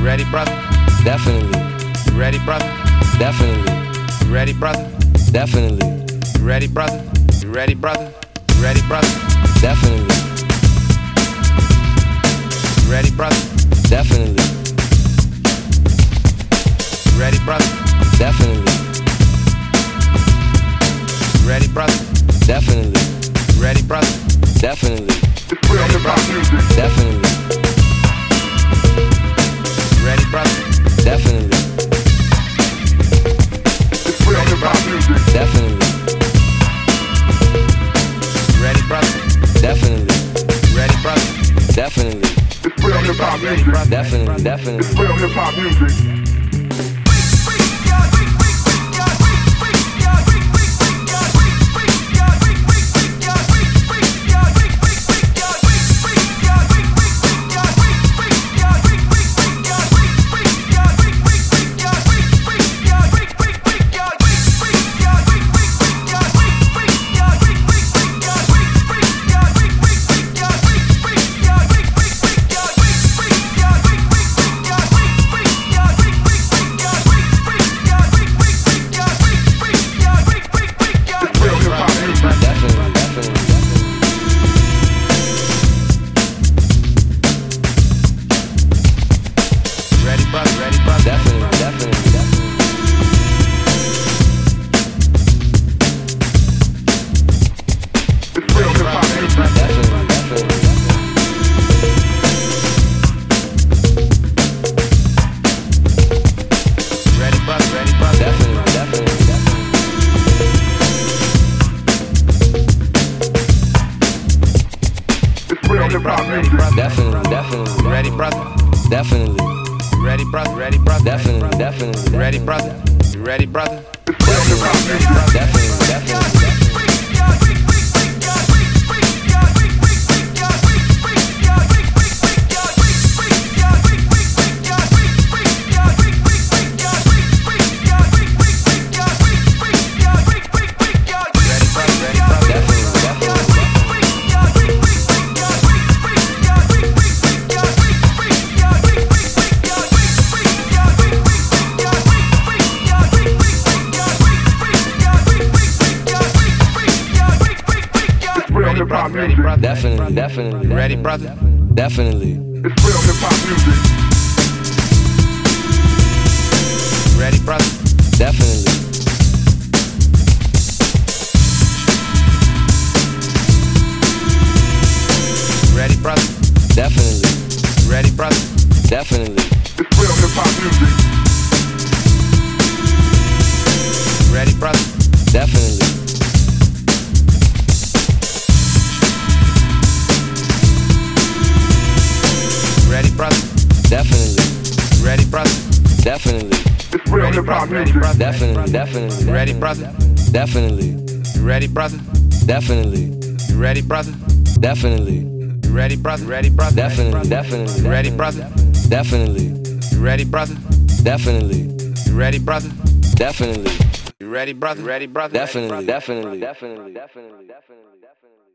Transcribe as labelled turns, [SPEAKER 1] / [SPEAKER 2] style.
[SPEAKER 1] ready, brother?
[SPEAKER 2] Definitely.
[SPEAKER 1] You ready, brother?
[SPEAKER 2] Definitely.
[SPEAKER 1] You ready, brother?
[SPEAKER 2] Definitely.
[SPEAKER 1] You ready, brother? You ready, brother? You ready, brother?
[SPEAKER 2] Definitely.
[SPEAKER 1] You ready, brother?
[SPEAKER 2] Definitely.
[SPEAKER 1] You ready, brother?
[SPEAKER 2] Definitely.
[SPEAKER 1] You ready, brother?
[SPEAKER 2] Definitely.
[SPEAKER 1] You ready, brother?
[SPEAKER 2] Definitely.
[SPEAKER 3] It's real hip hop music.
[SPEAKER 2] Definitely.
[SPEAKER 1] You ready, brother?
[SPEAKER 2] Definitely.
[SPEAKER 3] It's real hip hop music.
[SPEAKER 2] Definitely.
[SPEAKER 1] You ready, brother?
[SPEAKER 2] Definitely.
[SPEAKER 1] You ready, brother?
[SPEAKER 2] Definitely.
[SPEAKER 3] It's real hip hop
[SPEAKER 1] You ready,
[SPEAKER 3] music.
[SPEAKER 1] brother?
[SPEAKER 2] Definitely. Definitely.
[SPEAKER 3] It's real hip hop music. It's real hip hop music.
[SPEAKER 2] Definitely. Definitely.
[SPEAKER 1] You ready, brother? You ready, brother?
[SPEAKER 2] Definitely. Definitely. Definitely.
[SPEAKER 3] It's real hip hop music.
[SPEAKER 2] Definitely. Definitely.
[SPEAKER 1] You ready, brother? You ready, brother?
[SPEAKER 2] Definitely. Definitely. Definitely.
[SPEAKER 3] It's real hip hop music.
[SPEAKER 2] Definitely, definitely,
[SPEAKER 1] You ready, brother?
[SPEAKER 2] definitely,
[SPEAKER 1] You ready, brother? You ready, brother?
[SPEAKER 2] definitely, definitely,
[SPEAKER 1] You ready, brother? You ready, brother?
[SPEAKER 3] It's real hip hop music.
[SPEAKER 2] definitely, definitely,
[SPEAKER 1] You ready, brother? You ready, brother?
[SPEAKER 2] definitely, definitely,
[SPEAKER 3] It's real hip hop
[SPEAKER 1] You ready,
[SPEAKER 3] music.
[SPEAKER 1] brother?
[SPEAKER 2] definitely, definitely,
[SPEAKER 1] You ready, brother?
[SPEAKER 2] Definitely,
[SPEAKER 3] It's real hip hop music.
[SPEAKER 1] You ready, brother?
[SPEAKER 2] definitely,
[SPEAKER 1] You ready, brother?
[SPEAKER 2] definitely,
[SPEAKER 1] You ready, brother?
[SPEAKER 2] definitely,
[SPEAKER 3] It's real hip hop music.
[SPEAKER 1] You ready, brother?
[SPEAKER 2] definitely,
[SPEAKER 1] You ready, brother?
[SPEAKER 2] definitely,
[SPEAKER 1] You ready, brother?
[SPEAKER 2] definitely,
[SPEAKER 3] It's real hip hop
[SPEAKER 1] You ready,
[SPEAKER 3] music.
[SPEAKER 1] brother?
[SPEAKER 2] definitely,
[SPEAKER 1] You
[SPEAKER 2] definitely,
[SPEAKER 1] ready, brother?
[SPEAKER 2] definitely,
[SPEAKER 1] You ready, brother?
[SPEAKER 2] definitely,
[SPEAKER 1] You ready, brother?
[SPEAKER 2] definitely,
[SPEAKER 1] You ready, brother? You ready, brother?
[SPEAKER 2] definitely, definitely,
[SPEAKER 1] You ready, brother?
[SPEAKER 2] definitely,
[SPEAKER 1] You ready, brother?
[SPEAKER 2] definitely,
[SPEAKER 1] You ready, brother?
[SPEAKER 2] definitely,
[SPEAKER 1] You ready, brother? You ready, brother?
[SPEAKER 2] definitely, definitely, definitely, definitely, definitely.